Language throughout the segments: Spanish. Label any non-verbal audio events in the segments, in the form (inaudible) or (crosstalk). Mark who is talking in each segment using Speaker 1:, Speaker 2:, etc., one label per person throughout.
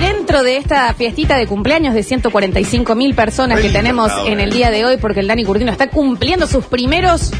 Speaker 1: dentro de esta fiestita de cumpleaños de 145 mil personas que
Speaker 2: Ay,
Speaker 1: tenemos
Speaker 2: ahora.
Speaker 1: en el día de hoy, porque el Dani Curtino está cumpliendo sus primeros.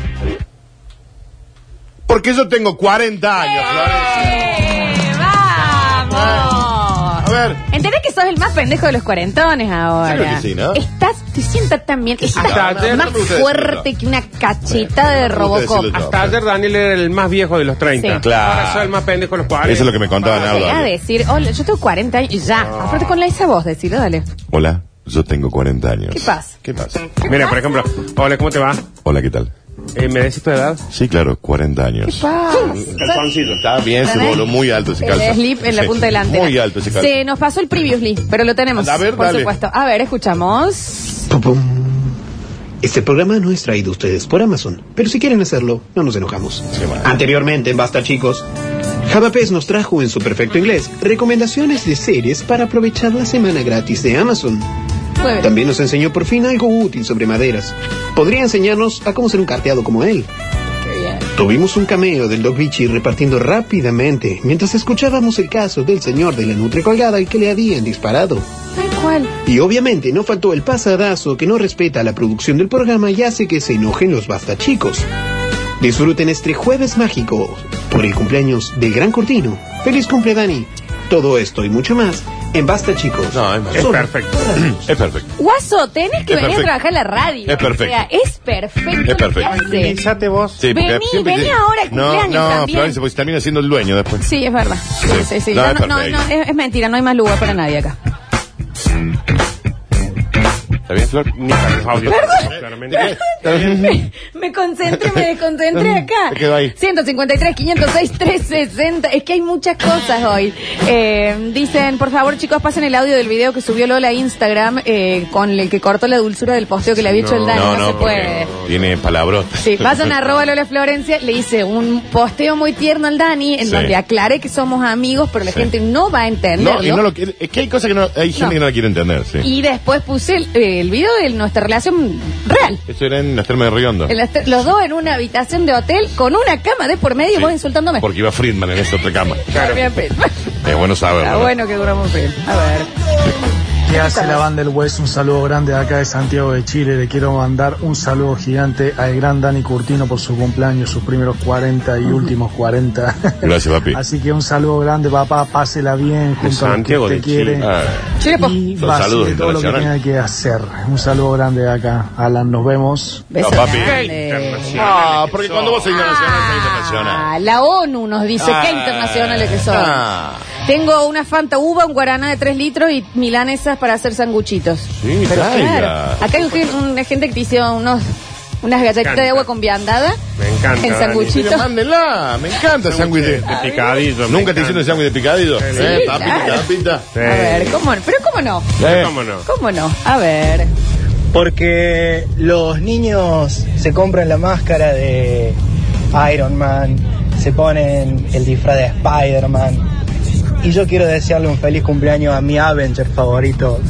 Speaker 2: Porque yo tengo 40 años, Florencia.
Speaker 1: ¡Eh, ¡Vamos!
Speaker 2: A ver.
Speaker 1: Entendés que sos el más pendejo de los cuarentones ahora.
Speaker 2: Claro que sí, ¿no?
Speaker 1: Estás, te sientas tan bien, estás
Speaker 2: Hasta
Speaker 3: ayer no
Speaker 1: más
Speaker 2: me gusta
Speaker 1: fuerte
Speaker 2: decirlo.
Speaker 1: que una cachetada de
Speaker 2: no me gusta
Speaker 1: Robocop.
Speaker 2: decirlo yo.
Speaker 3: Hasta ayer Daniel era el más viejo de los 30.
Speaker 1: Sí.
Speaker 2: Claro.
Speaker 3: Ahora soy el más pendejo de los 40.
Speaker 2: Eso es lo que me contaba
Speaker 3: Ah,
Speaker 2: Nardo.
Speaker 1: Voy a
Speaker 2: ayer.
Speaker 1: decir, hola, yo tengo 40 años y ya.
Speaker 2: Ah.
Speaker 1: Aparte con la esa voz, decirlo, dale.
Speaker 2: Hola, yo tengo 40 años.
Speaker 1: ¿Qué pasa?
Speaker 2: ¿Qué pasa?
Speaker 3: Mira, por ejemplo, hola, ¿cómo te va?
Speaker 2: Hola, ¿qué tal?
Speaker 3: Eh, ¿Me decís tu edad?
Speaker 2: Sí, claro, 40
Speaker 1: ¿Qué
Speaker 2: años.
Speaker 1: pasa?
Speaker 2: Está bien, se
Speaker 1: ¿Verdad?
Speaker 2: voló muy alto ese calza.
Speaker 1: El slip en la
Speaker 2: Sí,
Speaker 1: punta delante.
Speaker 2: Muy alto ese calza.
Speaker 1: Se nos pasó el previously, pero lo tenemos.
Speaker 2: A ver,
Speaker 1: por
Speaker 2: dale.
Speaker 1: supuesto. A ver, escuchamos.
Speaker 4: Pum. Este programa no es traído a ustedes por Amazon, pero si quieren hacerlo, no nos enojamos.
Speaker 2: Sí, bueno.
Speaker 4: Anteriormente, en basta chicos. Javapés nos trajo en su perfecto inglés recomendaciones de series para aprovechar la semana gratis de Amazon.
Speaker 1: Muy bien.
Speaker 4: También nos enseñó por fin algo útil sobre maderas. Podría enseñarnos a cómo ser un carteado como él.
Speaker 1: Qué bien.
Speaker 4: Tuvimos un cameo del Doc Vichy repartiendo rápidamente mientras escuchábamos el caso del señor de la nutre colgada al que le habían disparado.
Speaker 1: Tal cual.
Speaker 4: Y obviamente no faltó el pasadazo que no respeta la producción del programa y hace que se enojen los bastachicos. Disfruten este jueves mágico por el cumpleaños del gran Cortino. ¡Feliz cumple, Dani! Todo esto y mucho más en Basta, chicos.
Speaker 2: No, es más-
Speaker 3: Es
Speaker 4: Solo
Speaker 3: perfecto.
Speaker 4: para los-
Speaker 2: Es perfecto.
Speaker 1: Guaso, tenés que venir a
Speaker 2: Es perfecto.
Speaker 1: trabajar en la radio.
Speaker 2: Es perfecto.
Speaker 1: O sea, es perfecto.
Speaker 2: Es perfecto.
Speaker 1: lo que hace.
Speaker 3: Tranquilízate vos.
Speaker 2: Sí,
Speaker 1: Vení,
Speaker 2: porque siempre
Speaker 1: vení
Speaker 2: te-
Speaker 1: ahora,
Speaker 2: No,
Speaker 1: cumpleaños
Speaker 2: no,
Speaker 1: también.
Speaker 2: Florencia, porque termina siendo el dueño después.
Speaker 1: Sí, es verdad. Sí, sí, sí.
Speaker 2: No,
Speaker 1: No,
Speaker 2: es
Speaker 1: no, no,
Speaker 2: perfecto.
Speaker 1: no, es, es mentira, no hay más lugar para nadie acá.
Speaker 2: ¿Está bien, Flor?
Speaker 3: Ni para los audios. Claramente.
Speaker 1: Me concentré, me
Speaker 2: (laughs)
Speaker 1: desconcentré acá.
Speaker 2: Te quedo ahí.
Speaker 1: 153, 506, 360. Es que hay muchas cosas hoy. Eh, dicen, por favor, chicos, pasen el audio del video que subió Lola a Instagram eh, con el que cortó la dulzura del posteo que le había hecho el Dani. No,
Speaker 2: No, no,
Speaker 1: se
Speaker 2: porque
Speaker 1: puede.
Speaker 2: tiene palabras.
Speaker 1: Sí, vayan a arroba Lola Florencia, le hice un posteo muy tierno al Dani, en
Speaker 2: Sí.
Speaker 1: donde aclaré que somos amigos, pero la
Speaker 2: Sí.
Speaker 1: gente no va a entenderlo.
Speaker 2: No, y no lo quiere- es que hay cosas que no, hay gente
Speaker 1: No.
Speaker 2: que no la quiere entender, sí.
Speaker 1: Y después puse el, el video de nuestra relación real.
Speaker 2: Esto era en las termas de Riondo.
Speaker 1: En las te- Los dos en una habitación de hotel con una cama de por medio y
Speaker 2: Sí.
Speaker 1: vos insultándome.
Speaker 2: Porque iba Friedman en esa
Speaker 1: (laughs)
Speaker 2: otra cama.
Speaker 3: Claro.
Speaker 1: Bien, bien.
Speaker 2: Es bueno
Speaker 1: Está
Speaker 2: saberlo. ¿no?
Speaker 1: Ah, bueno que duramos bien. A ver.
Speaker 5: ¿Qué hace la banda El Hueso? Un saludo grande de acá de Santiago de Chile. Le quiero mandar un saludo gigante al gran Dani Curtino por su cumpleaños, sus primeros 40 y últimos 40.
Speaker 2: Gracias, papi.
Speaker 5: Así que un saludo grande, papá. Pásela bien
Speaker 3: De
Speaker 5: junto a los que
Speaker 3: Santiago
Speaker 5: usted
Speaker 3: de Chile.
Speaker 5: quiere.
Speaker 2: Ah,
Speaker 1: Chile, po.
Speaker 5: Y
Speaker 2: Son
Speaker 5: vacile
Speaker 2: saludos
Speaker 5: todo lo que tenga
Speaker 2: internacionales.
Speaker 5: que hacer. Un saludo grande de acá. Alan, nos vemos.
Speaker 1: Beso
Speaker 2: No, papi.
Speaker 1: grande.
Speaker 3: Qué internacional.
Speaker 2: Ah, porque cuando vos sos internacional, sos
Speaker 1: Ah,
Speaker 2: internacional.
Speaker 1: la ONU nos dice
Speaker 2: Ah.
Speaker 1: qué internacionales que son.
Speaker 2: Ah.
Speaker 1: Tengo una Fanta uva, un guaraná de 3 litros y milanesas para hacer sanguchitos.
Speaker 2: Sí, traiga.
Speaker 1: Acá hay gen- una gente que te hizo unos, unas galletitas
Speaker 3: encanta.
Speaker 1: de agua con viandada.
Speaker 3: Me encanta,
Speaker 1: En
Speaker 3: Dani.
Speaker 1: sanguchito.
Speaker 2: Pero mándenla, me encanta el sándwich de...
Speaker 3: De picadillo. me
Speaker 2: ¿Nunca te
Speaker 3: encanta.
Speaker 2: hicieron el sándwich de picadillo?
Speaker 3: Sí,
Speaker 2: eh, papita,
Speaker 1: claro.
Speaker 2: papita.
Speaker 3: Sí.
Speaker 1: A ver, ¿cómo no? Pero ¿cómo no?
Speaker 2: Eh,
Speaker 3: ¿Cómo no?
Speaker 1: ¿Cómo no? A ver.
Speaker 6: Porque los niños se compran la máscara de Iron Man, se ponen el disfraz de Spider-Man. Y yo quiero desearle un feliz cumpleaños a mi Avenger favorito,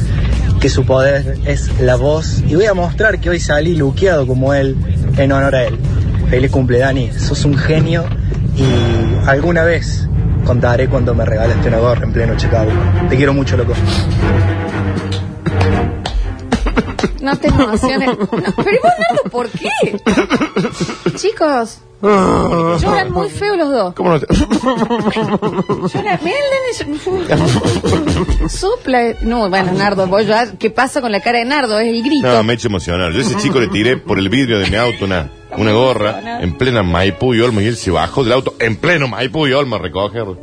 Speaker 6: que su poder es la voz. Y voy a mostrar que hoy salí luqueado como él en honor a él. Feliz cumple, Dani. Sos un genio y alguna vez contaré cuando me regalaste una gorra en pleno Chicago. Te quiero mucho, loco.
Speaker 1: No te emociones. No, pero vos, Nardo, ¿por qué? Chicos,
Speaker 2: Ah.
Speaker 1: lloran muy feo los dos.
Speaker 2: ¿Cómo no? (laughs) te-
Speaker 1: Lloran, mirá el nene, Sopla. No, bueno, Nardo, vos ya, ¿qué pasa con la cara de Nardo? Es el grito.
Speaker 2: No, me he hecho emocionar. Yo a ese chico le tiré por el vidrio de mi auto una, una gorra en plena Maipú y Olmos y él se bajó del auto en pleno Maipú y Olmos a recogerlo.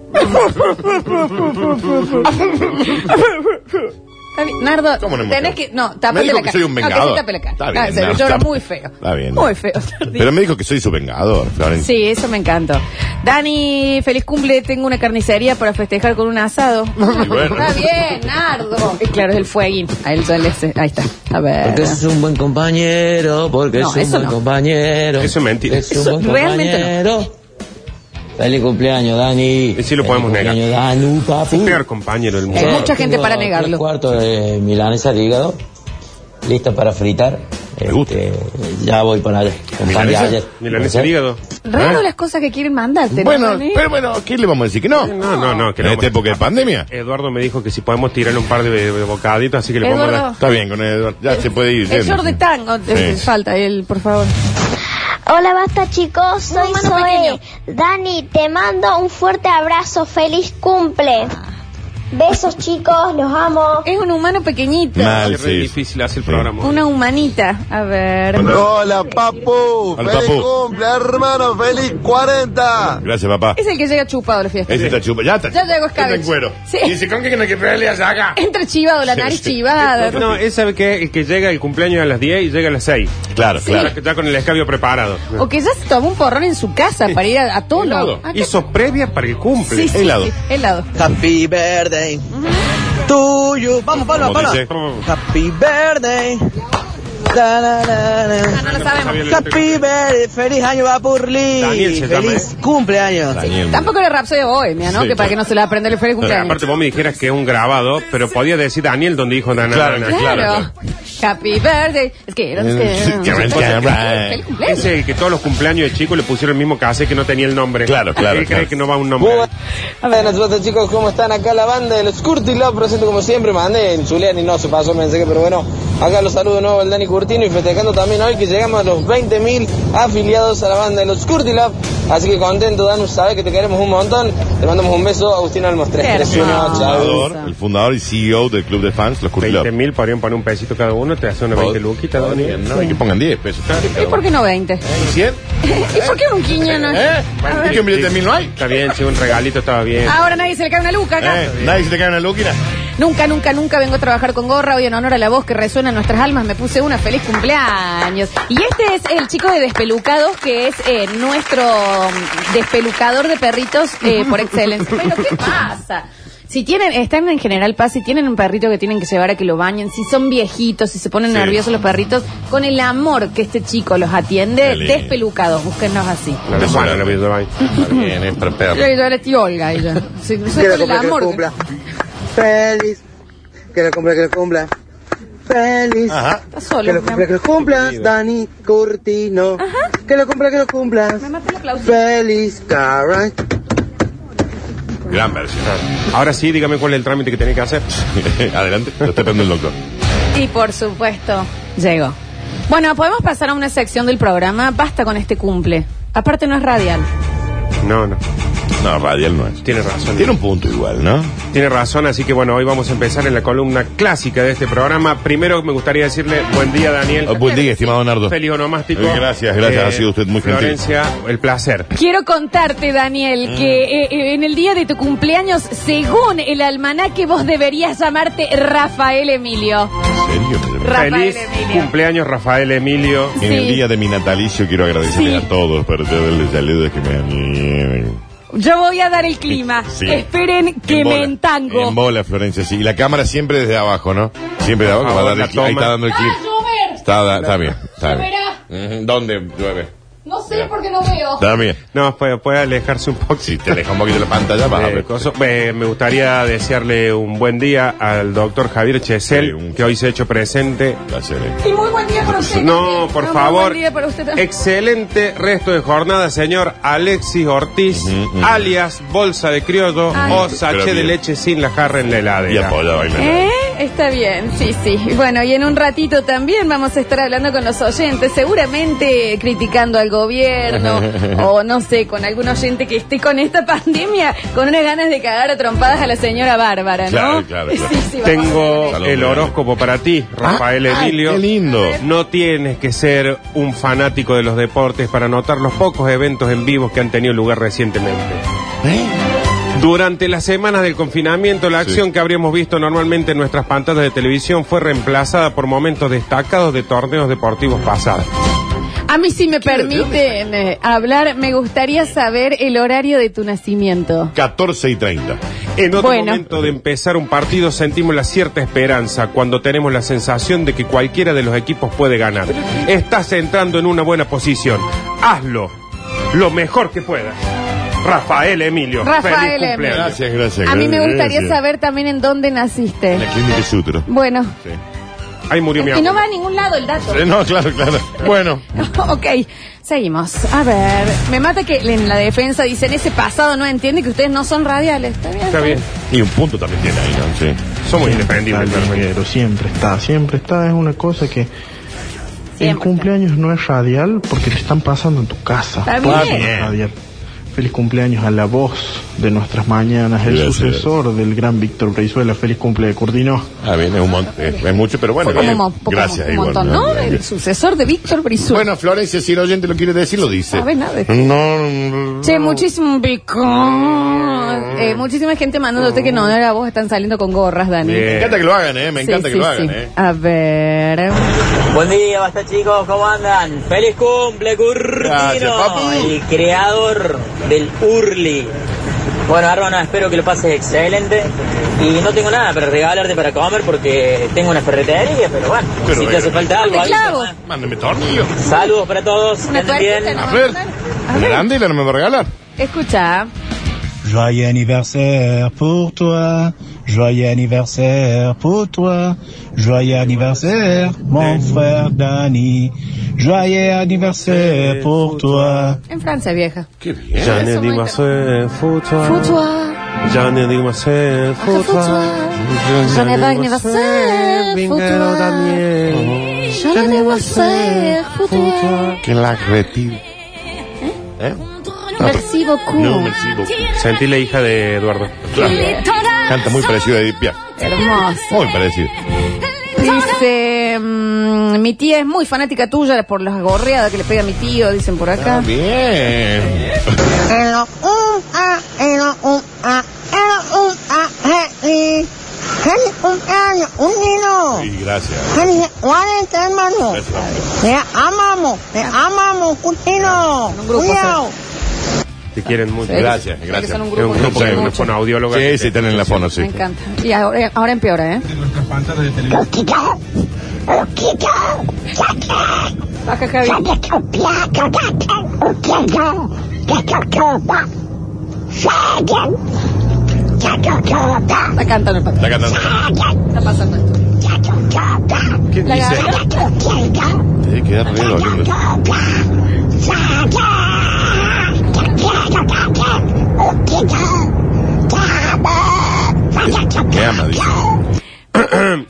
Speaker 1: Está bien. Nardo,
Speaker 2: ¿Cómo no me
Speaker 1: tenés
Speaker 2: emociono?
Speaker 1: que. No,
Speaker 2: Me
Speaker 1: tapate
Speaker 2: dijo
Speaker 1: la
Speaker 2: que
Speaker 1: cara.
Speaker 2: soy un
Speaker 1: No, que sí,
Speaker 2: vengador.
Speaker 1: tape la cara.
Speaker 2: Está
Speaker 1: Ah,
Speaker 2: bien,
Speaker 1: se-
Speaker 2: Nardo,
Speaker 1: llora
Speaker 2: está-
Speaker 1: muy feo.
Speaker 2: está bien,
Speaker 1: Muy
Speaker 2: Nardo.
Speaker 1: feo.
Speaker 2: Pero me dijo que soy su vengador, Florencia.
Speaker 1: Sí, eso me encantó. Dani, feliz cumple. Tengo una carnicería para festejar con un
Speaker 2: (laughs)
Speaker 1: asado.
Speaker 2: Y bueno.
Speaker 1: Está bien,
Speaker 2: (laughs)
Speaker 1: Nardo. Y claro, es el fueguín. Ahí, el sol ese. Ahí está. A ver.
Speaker 7: Porque es un buen compañero, porque
Speaker 1: No,
Speaker 7: es un
Speaker 1: eso
Speaker 7: buen
Speaker 1: no.
Speaker 7: compañero.
Speaker 3: Eso es mentira.
Speaker 7: Es un
Speaker 1: Eso
Speaker 7: buen
Speaker 1: realmente no.
Speaker 7: compañero. Feliz cumpleaños, Dani.
Speaker 3: Y sí lo podemos
Speaker 7: Feliz
Speaker 3: negar.
Speaker 7: cumpleaños, Danu, papu.
Speaker 3: El peor compañero del
Speaker 1: Hay
Speaker 3: mundo.
Speaker 1: mucha gente para negarlo.
Speaker 7: cuarto de milanesa de hígado, lista para fritar. Este,
Speaker 2: Me gusta.
Speaker 7: ya voy para allá. Con pan de
Speaker 2: ¿Milanesa?
Speaker 7: ayer.
Speaker 3: Milanesa de hígado.
Speaker 1: Raro
Speaker 2: ¿Eh?
Speaker 1: las cosas que quieren mandarte. ¿no,
Speaker 2: Bueno,
Speaker 1: Dani?
Speaker 2: pero bueno, ¿qué le vamos a decir? Que no.
Speaker 3: No, no, no. Que
Speaker 2: en
Speaker 3: no
Speaker 2: esta época de pandemia.
Speaker 3: Eduardo me dijo que si podemos tirarle un par de, de bocaditos, así que le podemos
Speaker 1: Eduardo.
Speaker 3: dar.
Speaker 2: Está bien, con Eduardo. Ya se puede ir.
Speaker 1: El
Speaker 2: yendo.
Speaker 1: short de tango te-
Speaker 2: Sí.
Speaker 1: falta él, por favor.
Speaker 8: Hola, basta chicos, soy
Speaker 1: humano
Speaker 8: Zoe. Dani, te mando un fuerte abrazo, feliz cumple. Besos chicos, los amo.
Speaker 1: Es un humano pequeñito.
Speaker 2: Mal,
Speaker 3: Es re
Speaker 2: Ah, sí.
Speaker 3: difícil hacer el
Speaker 2: Sí.
Speaker 3: programa.
Speaker 1: Una humanita. A ver.
Speaker 9: Hola, papu.
Speaker 2: Hola,
Speaker 9: feliz
Speaker 2: papu.
Speaker 9: cumple, hermano. Feliz 40.
Speaker 2: Gracias, papá.
Speaker 1: Es el que llega chupado a la fiesta.
Speaker 2: Ese está chupa. Ya está.
Speaker 1: Ya llegó
Speaker 2: Está en
Speaker 1: Scavenge.
Speaker 2: cuero.
Speaker 1: Sí.
Speaker 2: Y dice, ¿con qué que no hay que pegarle a
Speaker 1: (laughs)
Speaker 2: Saga?
Speaker 1: Entra chivado, la
Speaker 2: Sí,
Speaker 1: nariz
Speaker 2: sí.
Speaker 1: chivada.
Speaker 3: No, es sabe que el que llega el cumpleaños a las 10 y llega a las 6.
Speaker 2: Claro, claro.
Speaker 3: Ya, ya con el escabio preparado.
Speaker 1: O que ya se tomó un porrón en su casa para ir a, a tono.
Speaker 2: Helado.
Speaker 1: Acá-
Speaker 3: Hizo previa para el cumple.
Speaker 1: Ah, Sí, sí,
Speaker 2: Helado.
Speaker 1: sí, helado.
Speaker 10: Happy birthday tuyo. Vamos, palma,
Speaker 2: Como
Speaker 10: palma.
Speaker 2: dice.
Speaker 10: Happy birthday. Da, da, da, da.
Speaker 1: Ah, No lo sabemos.
Speaker 10: Happy birthday. Feliz año, Vapurli.
Speaker 3: Daniel se llama, ¿eh?
Speaker 10: Feliz cumpleaños.
Speaker 2: Daniel.
Speaker 1: Tampoco era Rapsodia Bohemia, ¿no?
Speaker 2: Sí,
Speaker 1: que para
Speaker 2: claro.
Speaker 1: que no se la aprenda el feliz
Speaker 3: Pero
Speaker 1: cumpleaños.
Speaker 3: aparte vos me dijeras que es un grabado, pero podía decir Daniel donde dijo Dana.
Speaker 2: Claro,
Speaker 1: Claro.
Speaker 2: Claro.
Speaker 1: Happy birthday. Es que era.
Speaker 2: Sí,
Speaker 1: Es que
Speaker 2: que me encanta.
Speaker 1: Feliz cumpleaños.
Speaker 3: Ese que todos los cumpleaños de chico le pusieron el mismo case que no tenía el nombre.
Speaker 2: Claro, claro,
Speaker 3: Él cree
Speaker 2: claro.
Speaker 3: que no va un nombre.
Speaker 10: Buenas noches chicos, ¿cómo están? Acá la banda de los Curti Love presente como siempre, mandé en Julián y no se pasó el mensaje, pero bueno, acá los saludo de nuevo al Dani Curtino y festejando también hoy que llegamos a los 20.000 afiliados a la banda de los Curti Love, así que contento Danu, sabes que te queremos un montón, te mandamos un beso, Agustín Almos
Speaker 1: Hermoso.
Speaker 10: 331, chao.
Speaker 2: Fundador, el fundador y CEO del club de fans, los Curly Love.
Speaker 3: 20 mil, podrían poner un pesito cada uno, te hace una
Speaker 2: Oh,
Speaker 3: 20 luquita, Daniel.
Speaker 2: No, hay que pongan 10 pesos.
Speaker 1: ¿Y por qué no 20? (laughs) ¿Y
Speaker 2: 100?
Speaker 1: por qué un quiñono?
Speaker 2: ¿Eh? ¿Y que un billete de mil no hay?
Speaker 3: Está bien, sí, un regalito estaba bien.
Speaker 1: Ahora nadie se le cae una luca acá.
Speaker 2: ¿Eh? ¿Nadie se te cae
Speaker 1: (laughs)
Speaker 2: una lúquina?
Speaker 1: Nunca, nunca, nunca vengo a trabajar con gorra. Hoy en honor a la voz que resuena en nuestras almas me puse una feliz cumpleaños. Y este es el chico de Despelucados, que es eh, nuestro mm, despelucador de perritos
Speaker 2: (laughs)
Speaker 1: eh, por excelencia. Pero ¿qué pasa? Si tienen, están en general paz, si tienen un perrito que tienen que llevar a que lo bañen, si son viejitos, si se ponen
Speaker 2: Sí.
Speaker 1: nerviosos los perritos, con el amor que este chico los atiende,
Speaker 2: Qué lindo.
Speaker 1: despelucados, búsquennos así.
Speaker 3: La de Juana, la de Juan.
Speaker 2: Está bien, es para
Speaker 1: Yo, yo
Speaker 2: perro.
Speaker 1: era tío Olga, ella. Sí, no sé, con el amor.
Speaker 10: Feliz, que lo cumpla, que lo cumpla. Feliz.
Speaker 2: Ajá.
Speaker 1: Está solo. mi amor.
Speaker 10: que lo cumpla, Dani Curtino. Que lo cumpla, que lo cumpla.
Speaker 1: Me mata el aplauso.
Speaker 10: Feliz Caray.
Speaker 2: Gran versión. (laughs)
Speaker 3: Ahora sí, dígame cuál es el trámite que tenía que hacer.
Speaker 2: Adelante, lo está esperando el doctor.
Speaker 1: Y por supuesto, llegó. Bueno, podemos pasar a una sección del programa. Basta con este cumple. Aparte no es radial.
Speaker 3: No, no,
Speaker 2: No, radial no es.
Speaker 3: tiene razón.
Speaker 2: Tiene un punto igual, ¿no?
Speaker 3: Tiene razón, así que bueno, hoy vamos a empezar en la columna clásica de este programa. Primero me gustaría decirle buen día, Daniel.
Speaker 2: Oh, Buen día, estimado Nardo.
Speaker 3: Feliz onomástico.
Speaker 2: Eh, Gracias, gracias.
Speaker 3: Eh,
Speaker 2: ha sido usted muy gentil.
Speaker 3: Florencia, el placer.
Speaker 1: Quiero contarte,
Speaker 2: Mm.
Speaker 1: Daniel, que eh, eh, en el día de tu cumpleaños, según el almanaque, vos deberías llamarte Rafael Emilio.
Speaker 2: ¿En serio?
Speaker 1: Ra- Rafael
Speaker 3: Feliz
Speaker 1: Emilio.
Speaker 3: cumpleaños, Rafael Emilio.
Speaker 2: En el
Speaker 1: Sí.
Speaker 2: día de mi natalicio quiero agradecerle
Speaker 1: Sí.
Speaker 2: a todos por todos los saludos que me han...
Speaker 1: Yo voy a dar el clima.
Speaker 2: Sí.
Speaker 1: Esperen que
Speaker 2: En bola.
Speaker 1: me entango.
Speaker 2: En bola, Florencia, sí. Y la cámara siempre desde abajo, ¿no? Siempre de
Speaker 1: Ah,
Speaker 2: abajo.
Speaker 3: Por
Speaker 2: Va a
Speaker 3: favor,
Speaker 2: dar el
Speaker 3: la
Speaker 2: clip. Ahí
Speaker 3: toma.
Speaker 2: está dando el clip. Está, da- está bien. Está bien. Ujú, ¿Dónde llueve?
Speaker 1: No
Speaker 2: sé por
Speaker 1: qué no veo.
Speaker 2: Está bien. Oh,
Speaker 3: No, puede, puede alejarse un poco.
Speaker 2: Si te deja un poquito la pantalla, vas a
Speaker 3: Eh,
Speaker 2: ver.
Speaker 3: coso. Eh, me gustaría desearle un buen día al doctor Javier
Speaker 2: Sí,
Speaker 3: Chesel,
Speaker 2: un-
Speaker 3: que hoy se ha hecho presente.
Speaker 2: Placer, eh.
Speaker 1: Y muy buen día para usted.
Speaker 3: No, por
Speaker 1: No, muy
Speaker 3: favor.
Speaker 1: buen día para usted también.
Speaker 3: Excelente resto de jornada, señor Alexis Ortiz,
Speaker 2: Ujú, ujú.
Speaker 3: alias Bolsa de Criollo
Speaker 1: Ay.
Speaker 3: o
Speaker 2: Pero
Speaker 3: sachet de
Speaker 2: bien.
Speaker 3: leche sin la jarra en la
Speaker 2: Y
Speaker 3: heladera.
Speaker 2: apoya bailar.
Speaker 1: ¿Eh? Está bien, sí, sí. Bueno, y en un ratito también vamos a estar hablando con los oyentes, seguramente criticando al gobierno
Speaker 2: (laughs)
Speaker 1: o no sé, con algún oyente que esté con esta pandemia, con unas ganas de cagar a trompadas a la señora Bárbara, ¿no?
Speaker 2: Claro, claro, claro.
Speaker 1: Sí, sí, vamos a
Speaker 3: Tengo
Speaker 1: hablar
Speaker 2: Salud,
Speaker 3: el
Speaker 2: grande.
Speaker 3: horóscopo para ti, Rafael
Speaker 2: Ah, ay,
Speaker 3: Emilio.
Speaker 2: qué lindo.
Speaker 3: No tienes que ser un fanático de los deportes para notar los pocos eventos en vivo que han tenido lugar recientemente.
Speaker 2: ¿Eh?
Speaker 3: Durante las semanas del confinamiento, la
Speaker 2: Sí.
Speaker 3: acción que habríamos visto normalmente en nuestras pantallas de televisión fue reemplazada por momentos destacados de torneos deportivos pasados.
Speaker 1: de- A mí, si me permiten eh, hablar, me gustaría saber el horario de tu nacimiento.
Speaker 2: 14 y 30.
Speaker 3: En otro
Speaker 1: Bueno.
Speaker 3: momento de empezar un partido sentimos la cierta esperanza cuando tenemos la sensación de que cualquiera de los equipos puede ganar. Estás entrando en una buena posición. Hazlo lo mejor que puedas. Rafael Emilio.
Speaker 1: Rafael
Speaker 3: feliz
Speaker 1: Emilio.
Speaker 3: cumpleaños.
Speaker 2: Gracias, gracias.
Speaker 1: A mí me
Speaker 2: gracias.
Speaker 1: gustaría saber también en dónde naciste.
Speaker 2: En la clínica Sutro.
Speaker 1: Bueno,
Speaker 2: Sí.
Speaker 3: Ahí murió mi
Speaker 1: Que no
Speaker 3: abuelo.
Speaker 1: va a ningún lado el dato.
Speaker 2: Eh, No, claro, claro. Bueno,
Speaker 1: (laughs) ok, seguimos. A ver, me mata que en la defensa dicen ese pasado no entiende que ustedes no son radiales. Está bien.
Speaker 3: Está bien.
Speaker 2: y un punto también tiene ahí, ¿no? Sí.
Speaker 3: Somos
Speaker 5: Siempre está
Speaker 3: independientes.
Speaker 5: el
Speaker 3: realmente.
Speaker 5: dinero, siempre está, siempre está. Es una cosa que el
Speaker 1: Siempre.
Speaker 5: cumpleaños no es radial porque te están pasando en tu casa.
Speaker 1: Está
Speaker 5: Por eso
Speaker 1: bien.
Speaker 5: no es radial. Feliz cumpleaños a la voz de nuestras mañanas, el
Speaker 2: Gracias.
Speaker 5: sucesor del gran Víctor Brizuela. Feliz cumple de Curtino.
Speaker 2: Ah, bien, es, un mon- es, es mucho, pero bueno.
Speaker 1: Fue como
Speaker 2: eh,
Speaker 1: mo- poco-
Speaker 2: gracias,
Speaker 1: un
Speaker 2: igual.
Speaker 1: montón, ¿no? El sucesor de Víctor Brizuela.
Speaker 2: Bueno, Florencia, si el oyente lo quiere decir, lo dice.
Speaker 1: Sabe nada.
Speaker 2: No.
Speaker 1: Che, muchísimo pico.
Speaker 2: Mm.
Speaker 1: Eh, muchísima gente mandándote que no, no era vos, están saliendo con gorras, Dani.
Speaker 3: Bien.
Speaker 2: Me encanta que lo hagan, ¿eh? Me
Speaker 1: Sí,
Speaker 2: encanta que
Speaker 1: sí,
Speaker 2: lo hagan,
Speaker 1: sí.
Speaker 2: ¿eh?
Speaker 1: A ver.
Speaker 10: Buen día, basta chicos, ¿cómo andan? ¡Feliz cumple,
Speaker 2: Gracias,
Speaker 10: Curtino!
Speaker 2: papu.
Speaker 10: El creador del Urli. Bueno, Arona, espero que lo pases excelente. Y no tengo nada para regalarte para comer porque tengo una ferretería, pero bueno,
Speaker 2: Pero
Speaker 10: si te
Speaker 2: bueno.
Speaker 10: hace falta algo,
Speaker 1: Te
Speaker 10: avisa,
Speaker 1: clavo.
Speaker 10: ¿eh?
Speaker 2: Mándame tornillo.
Speaker 10: Saludos para todos, que
Speaker 1: Una
Speaker 10: anden
Speaker 1: tuerquita,
Speaker 10: bien.
Speaker 1: ¿no?
Speaker 2: A ver.
Speaker 1: A
Speaker 2: ¿Una
Speaker 1: ver.
Speaker 2: arandela no me va a regalar?
Speaker 1: Escucha.
Speaker 6: Joyeux anniversaire pour toi, joyeux anniversaire pour toi, joyeux anniversaire mon frère Dani, joyeux anniversaire pour toi.
Speaker 1: En Francia, vieja.
Speaker 2: Qué bien.
Speaker 3: J'en ai
Speaker 1: Eso
Speaker 3: dit
Speaker 1: no
Speaker 3: ma
Speaker 1: está.
Speaker 2: "Eh, Ah.
Speaker 3: soeur, fous-toi.
Speaker 1: Foutois.
Speaker 3: J'en ai dit ma soeur, fous-toi.
Speaker 1: fous-toi. J'en ai dit
Speaker 2: "Eh,
Speaker 1: ma soeur,
Speaker 3: soeur,
Speaker 1: fous-toi.
Speaker 3: Daniel.
Speaker 1: J'en ai dit ma soeur, foutois.
Speaker 2: Que la cretina. ¿Eh?
Speaker 1: Merci beaucoup.
Speaker 2: No, merci beaucoup.
Speaker 3: Sentí la hija de Eduardo.
Speaker 2: Claro. Canta muy parecido a Edith Piaf.
Speaker 1: Hermoso.
Speaker 2: Muy parecido.
Speaker 1: Dice, mm, mi tía es muy fanática tuya por las gorreadas que le pega a mi tío, dicen por acá.
Speaker 2: Bien.
Speaker 8: ¡Feliz cumpleaños, unido!
Speaker 2: Sí, gracias.
Speaker 8: ¡Feliz 40, hermano!
Speaker 2: Gracias.
Speaker 8: ¡Te amamos! ¡Te amamos, Curtino!
Speaker 1: un grupo,
Speaker 8: Cuidado.
Speaker 3: Te quieren mucho.
Speaker 1: Sí.
Speaker 2: Gracias,
Speaker 1: Sé que
Speaker 2: gracias.
Speaker 1: son un
Speaker 3: Es
Speaker 1: grupo
Speaker 3: un
Speaker 1: que
Speaker 3: grupo
Speaker 1: se
Speaker 3: de
Speaker 1: mucho.
Speaker 3: con audióloga.
Speaker 2: Sí, sí, están en la fono,
Speaker 1: Me
Speaker 2: sí.
Speaker 1: encanta. Y ahora, ahora empeora, ¿eh? Baja, Javi. Está cantando el pato.
Speaker 2: Está cantando.
Speaker 1: Está pasando esto.
Speaker 2: ¿Quién
Speaker 1: La
Speaker 2: dice?
Speaker 1: gaviota.
Speaker 2: Te queda re doliendo. Me ama, dice.
Speaker 3: (laughs)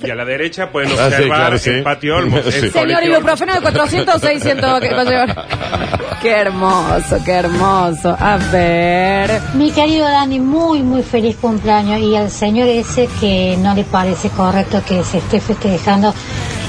Speaker 3: Y a la derecha pueden
Speaker 2: Ah, sí,
Speaker 3: observar
Speaker 2: claro, sí. (laughs)
Speaker 3: el patio Olmos. el
Speaker 2: Sí.
Speaker 3: colegio
Speaker 1: Señor
Speaker 3: Olmos.
Speaker 1: ibuprofeno de 400 o 600 que va a llevar. Qué hermoso, qué hermoso. A ver.
Speaker 11: Mi querido Dani, muy, muy feliz cumpleaños y al señor ese que no le parece correcto que se esté festejando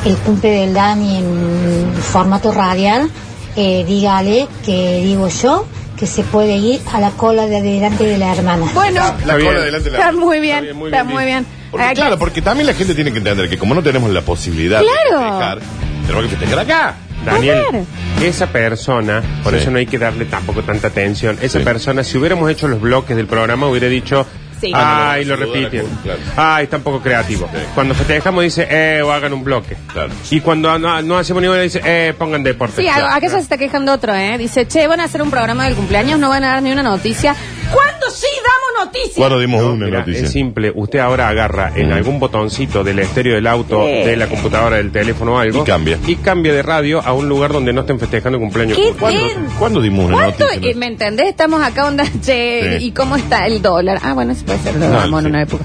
Speaker 11: el cumple del Dani en formato radial, eh, dígale que digo yo que se puede ir a la cola de delante de la hermana.
Speaker 1: Bueno,
Speaker 2: La
Speaker 3: bien.
Speaker 2: cola delante de la.
Speaker 1: está muy bien,
Speaker 3: Está bien, muy
Speaker 1: está
Speaker 3: bien
Speaker 1: muy bien.
Speaker 2: Porque,
Speaker 1: Aquí-
Speaker 2: claro, porque también la gente tiene que entender que como no tenemos la posibilidad
Speaker 1: Claro.
Speaker 2: de festejar, tenemos que festejar acá.
Speaker 3: Daniel, esa persona, por
Speaker 2: Sí.
Speaker 3: eso no hay que darle tampoco tanta atención, esa
Speaker 2: Sí.
Speaker 3: persona, si hubiéramos hecho los bloques del programa, hubiera dicho,
Speaker 1: Sí.
Speaker 3: ay, lo
Speaker 2: Cuando lo
Speaker 3: repiten,
Speaker 2: claro.
Speaker 3: ay, tan poco creativo.
Speaker 2: Sí.
Speaker 3: Cuando festejamos dice, eh, o hagan un bloque.
Speaker 2: Claro.
Speaker 3: Y cuando no, no hacemos ninguna dice, eh, pongan deporte.
Speaker 1: Sí, a- acá ya se está quejando otro, ¿eh? Dice, che, van a hacer un programa del cumpleaños, no van a dar ni una noticia. ¿Cuándo sí damos noticias?
Speaker 2: Cuando dimos una
Speaker 3: Mira,
Speaker 2: noticia.
Speaker 3: es simple, usted ahora agarra en algún botoncito del estéreo del auto,
Speaker 1: Sí.
Speaker 3: de la computadora, del teléfono o algo.
Speaker 2: Y cambia.
Speaker 3: Y cambia de radio a un lugar donde no estén festejando cumpleaños.
Speaker 1: ¿Qué
Speaker 3: ¿Cuándo?
Speaker 1: tiene?
Speaker 2: ¿Cuándo dimos una
Speaker 1: ¿Cuánto?
Speaker 2: noticia?
Speaker 1: Eh, ¿Me entendés? Estamos acá onda, (laughs) che,
Speaker 2: Sí.
Speaker 1: ¿y cómo está el dólar? Ah, bueno, eso puede ser, lo
Speaker 2: No,
Speaker 1: damos
Speaker 2: sí.
Speaker 1: en una época.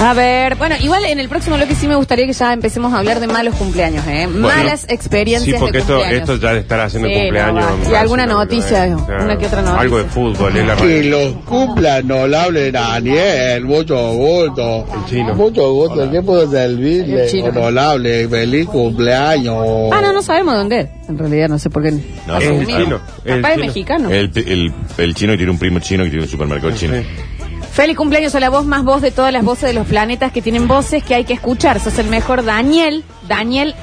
Speaker 1: A ver, bueno, igual en el próximo bloque sí me gustaría que ya empecemos a hablar de malos cumpleaños, ¿eh? Malas experiencias
Speaker 3: Sí,
Speaker 1: de
Speaker 3: porque esto,
Speaker 1: cumpleaños.
Speaker 3: esto ya de estar haciendo
Speaker 1: Sí,
Speaker 3: cumpleaños.
Speaker 1: no va.
Speaker 3: me
Speaker 1: Y
Speaker 3: parece
Speaker 1: alguna
Speaker 3: una-
Speaker 1: noticia, una que otra noticia.
Speaker 3: ¿eh? Algo de fútbol en la radio.
Speaker 9: los cumpla honorable Daniel, mucho gusto.
Speaker 3: chino.
Speaker 9: Mucho gusto, ¿qué puedo
Speaker 1: El
Speaker 9: servirle?
Speaker 1: chino.
Speaker 9: Honorable, feliz cumpleaños.
Speaker 1: Ah, no, no sabemos dónde es. En realidad no sé por qué.
Speaker 2: No,
Speaker 1: Es
Speaker 2: no,
Speaker 1: un
Speaker 2: no.
Speaker 1: chino.
Speaker 3: El
Speaker 1: Papá es
Speaker 3: chino.
Speaker 1: mexicano.
Speaker 2: El, el, el chino que tiene un primo chino que tiene un supermercado chino.
Speaker 1: Feliz cumpleaños a la voz más voz de todas las voces de los planetas que tienen voces que hay que escuchar. Sos el mejor Daniel, Daniel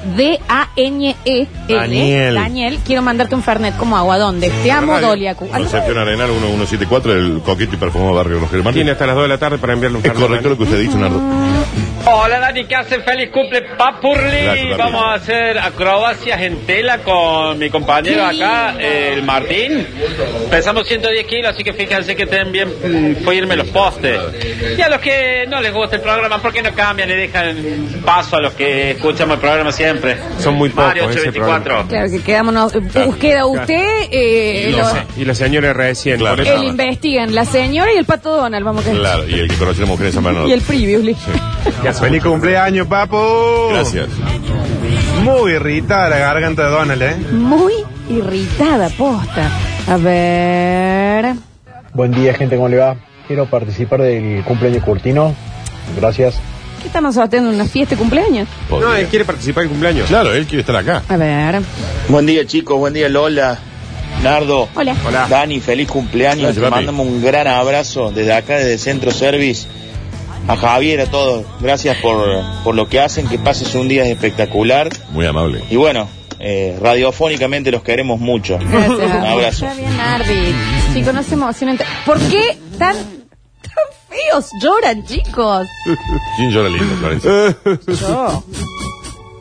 Speaker 1: D-A-N-E-L.
Speaker 2: Daniel.
Speaker 1: E ¿eh? Daniel, quiero mandarte un Fernet como agua. ¿Dónde? Te amo,
Speaker 3: radio.
Speaker 1: Doliacu. Ah,
Speaker 2: Concepción Arenal 1174, el coquito y perfumado barrio de los Germanos.
Speaker 3: Tiene hasta las 2 de la tarde para enviarle un
Speaker 2: Es
Speaker 3: saludo.
Speaker 2: correcto lo que usted ha dicho, Nardo.
Speaker 10: Hola Dani, ¿qué hace? Feliz cumple Papurli.
Speaker 2: Gracias, papi.
Speaker 10: Vamos a hacer acrobacias en tela con mi compañero
Speaker 1: Qué
Speaker 10: acá, el Martín. Pesamos 110 kilos, así que fíjense que estén bien, mm, fóyenme los postes. Y a los que no les gusta el programa, ¿por qué no cambian? Le dejan paso a los que escuchamos el programa siempre.
Speaker 3: Son muy pocos
Speaker 10: Mario
Speaker 3: ese
Speaker 10: 824.
Speaker 1: Claro que quedamos. Queda usted, eh,
Speaker 3: Y,
Speaker 1: los-
Speaker 3: la, y la señora recién. por eso.
Speaker 1: el investigan, la señora y el pato Donald, vamos que.
Speaker 2: Claro, y el que conoce a la mujer en San Bernardo.
Speaker 1: Y el previously.
Speaker 12: Feliz cumpleaños, papo.
Speaker 2: Gracias.
Speaker 12: Muy irritada la garganta de Donald, ¿eh?
Speaker 1: Muy irritada, posta. A ver.
Speaker 6: Buen día, gente, ¿cómo le va? Quiero participar del cumpleaños Curtino. Gracias.
Speaker 1: ¿Qué estamos haciendo? ¿Una fiesta de cumpleaños?
Speaker 3: No, él quiere participar en cumpleaños.
Speaker 2: Claro, él quiere estar acá.
Speaker 1: A ver.
Speaker 4: Buen día, chicos. Buen día, Lola. Nardo.
Speaker 1: Hola.
Speaker 4: Dani, feliz cumpleaños.
Speaker 2: Gracias,
Speaker 4: Te
Speaker 2: papi.
Speaker 4: mandamos un gran abrazo desde acá, desde Centro Service. A Javier, a todos. Gracias por, por lo que hacen. Que pases un día espectacular.
Speaker 2: Muy amable.
Speaker 4: Y bueno, eh, radiofónicamente los queremos mucho.
Speaker 1: Gracias.
Speaker 4: Un abrazo.
Speaker 1: Está bien, Ardi. Chicos, no se emocionen. ¿Por qué tan, tan feos lloran, chicos?
Speaker 2: ¿Quién llora lindo, Florencia?
Speaker 1: Yo.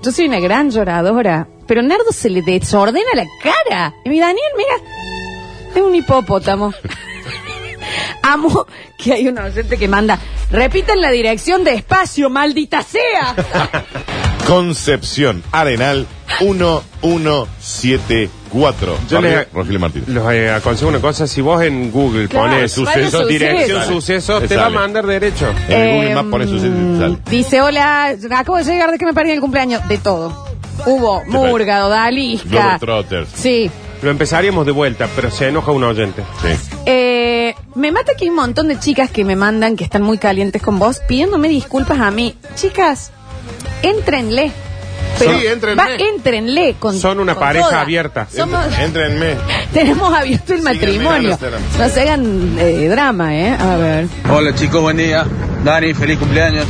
Speaker 1: Yo soy una gran lloradora. Pero a Nardo se le desordena la cara. Y mi Daniel, mira, es un hipopótamo. (laughs) Amo que hay un oyente que manda. Repitan la dirección de espacio, maldita sea.
Speaker 2: Concepción Arenal 1174.
Speaker 3: Yo
Speaker 2: Barrio
Speaker 3: le-
Speaker 2: Rogelio Martínez.
Speaker 3: Los eh, aconsejo una cosa, si vos en Google
Speaker 1: Claro,
Speaker 3: pones
Speaker 1: vaya
Speaker 3: sucesos,
Speaker 1: suceso.
Speaker 3: dirección,
Speaker 1: Sale.
Speaker 3: sucesos,
Speaker 2: Te
Speaker 3: te va a
Speaker 2: sale.
Speaker 3: mandar derecho.
Speaker 2: En el Google Maps pones sus sale.
Speaker 1: Dice, hola, acabo de llegar de que me perdí el cumpleaños. De todo. Hubo Murga, Odalisca.
Speaker 3: Globetrotters.
Speaker 1: Sí.
Speaker 3: Lo empezaríamos de vuelta, pero se enoja un oyente.
Speaker 1: (laughs) Eh, me mata que hay un montón de chicas que me mandan que están muy calientes con vos pidiéndome disculpas a mí. Chicas, entrenle.
Speaker 3: Sí, éntrenle.
Speaker 1: entrenle con
Speaker 3: Son una
Speaker 1: con
Speaker 3: pareja
Speaker 1: toda.
Speaker 3: abierta.
Speaker 1: Somos-
Speaker 2: Entrenme.
Speaker 1: (laughs) Tenemos abierto el matrimonio.
Speaker 13: en Instagram.
Speaker 1: No se hagan eh, drama, ¿eh? A ver.
Speaker 13: Hola chicos, buen día. Dani, feliz cumpleaños.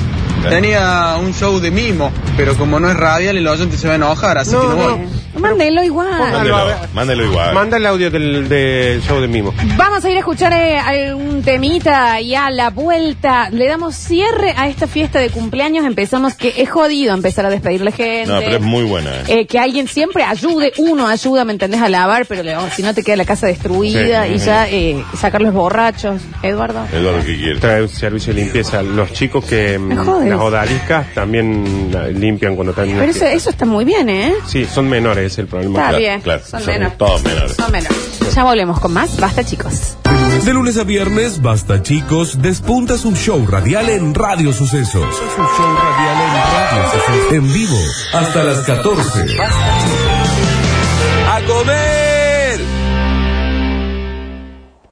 Speaker 13: Tenía un show de mimo, pero como no es radial, el oyente se va a enojar, así que no voy.
Speaker 1: Mándenlo igual.
Speaker 2: Mándalo, mándalo igual.
Speaker 3: Manda el audio del, del show de Mimo.
Speaker 1: Vamos a ir a escuchar eh, un temita y a la vuelta le damos cierre a esta fiesta de cumpleaños. Empezamos que es jodido empezar a despedirle gente.
Speaker 2: No, pero es muy buena. eh.
Speaker 1: Eh, que alguien siempre ayude, uno ayuda, ¿me entendés? A lavar, pero le- oh, si no te queda la casa destruida
Speaker 3: Sí.
Speaker 1: y ya eh, sacar los borrachos. Eduardo.
Speaker 2: Es lo que quiere.
Speaker 3: Trae un servicio de limpieza. Los chicos que mm,
Speaker 1: Me jodes.
Speaker 3: las odaliscas también eh, limpian cuando están en
Speaker 1: Pero eso, eso está muy bien, ¿eh?
Speaker 3: Sí, son menores, es el problema.
Speaker 1: Está bien. Son menores.
Speaker 3: todos
Speaker 1: Más o menos. Ya volvemos con más. Basta, chicos.
Speaker 14: De lunes a viernes, basta chicos, despunta su show radial en Radio Sucesos. En vivo, hasta las 14. ¡A comer!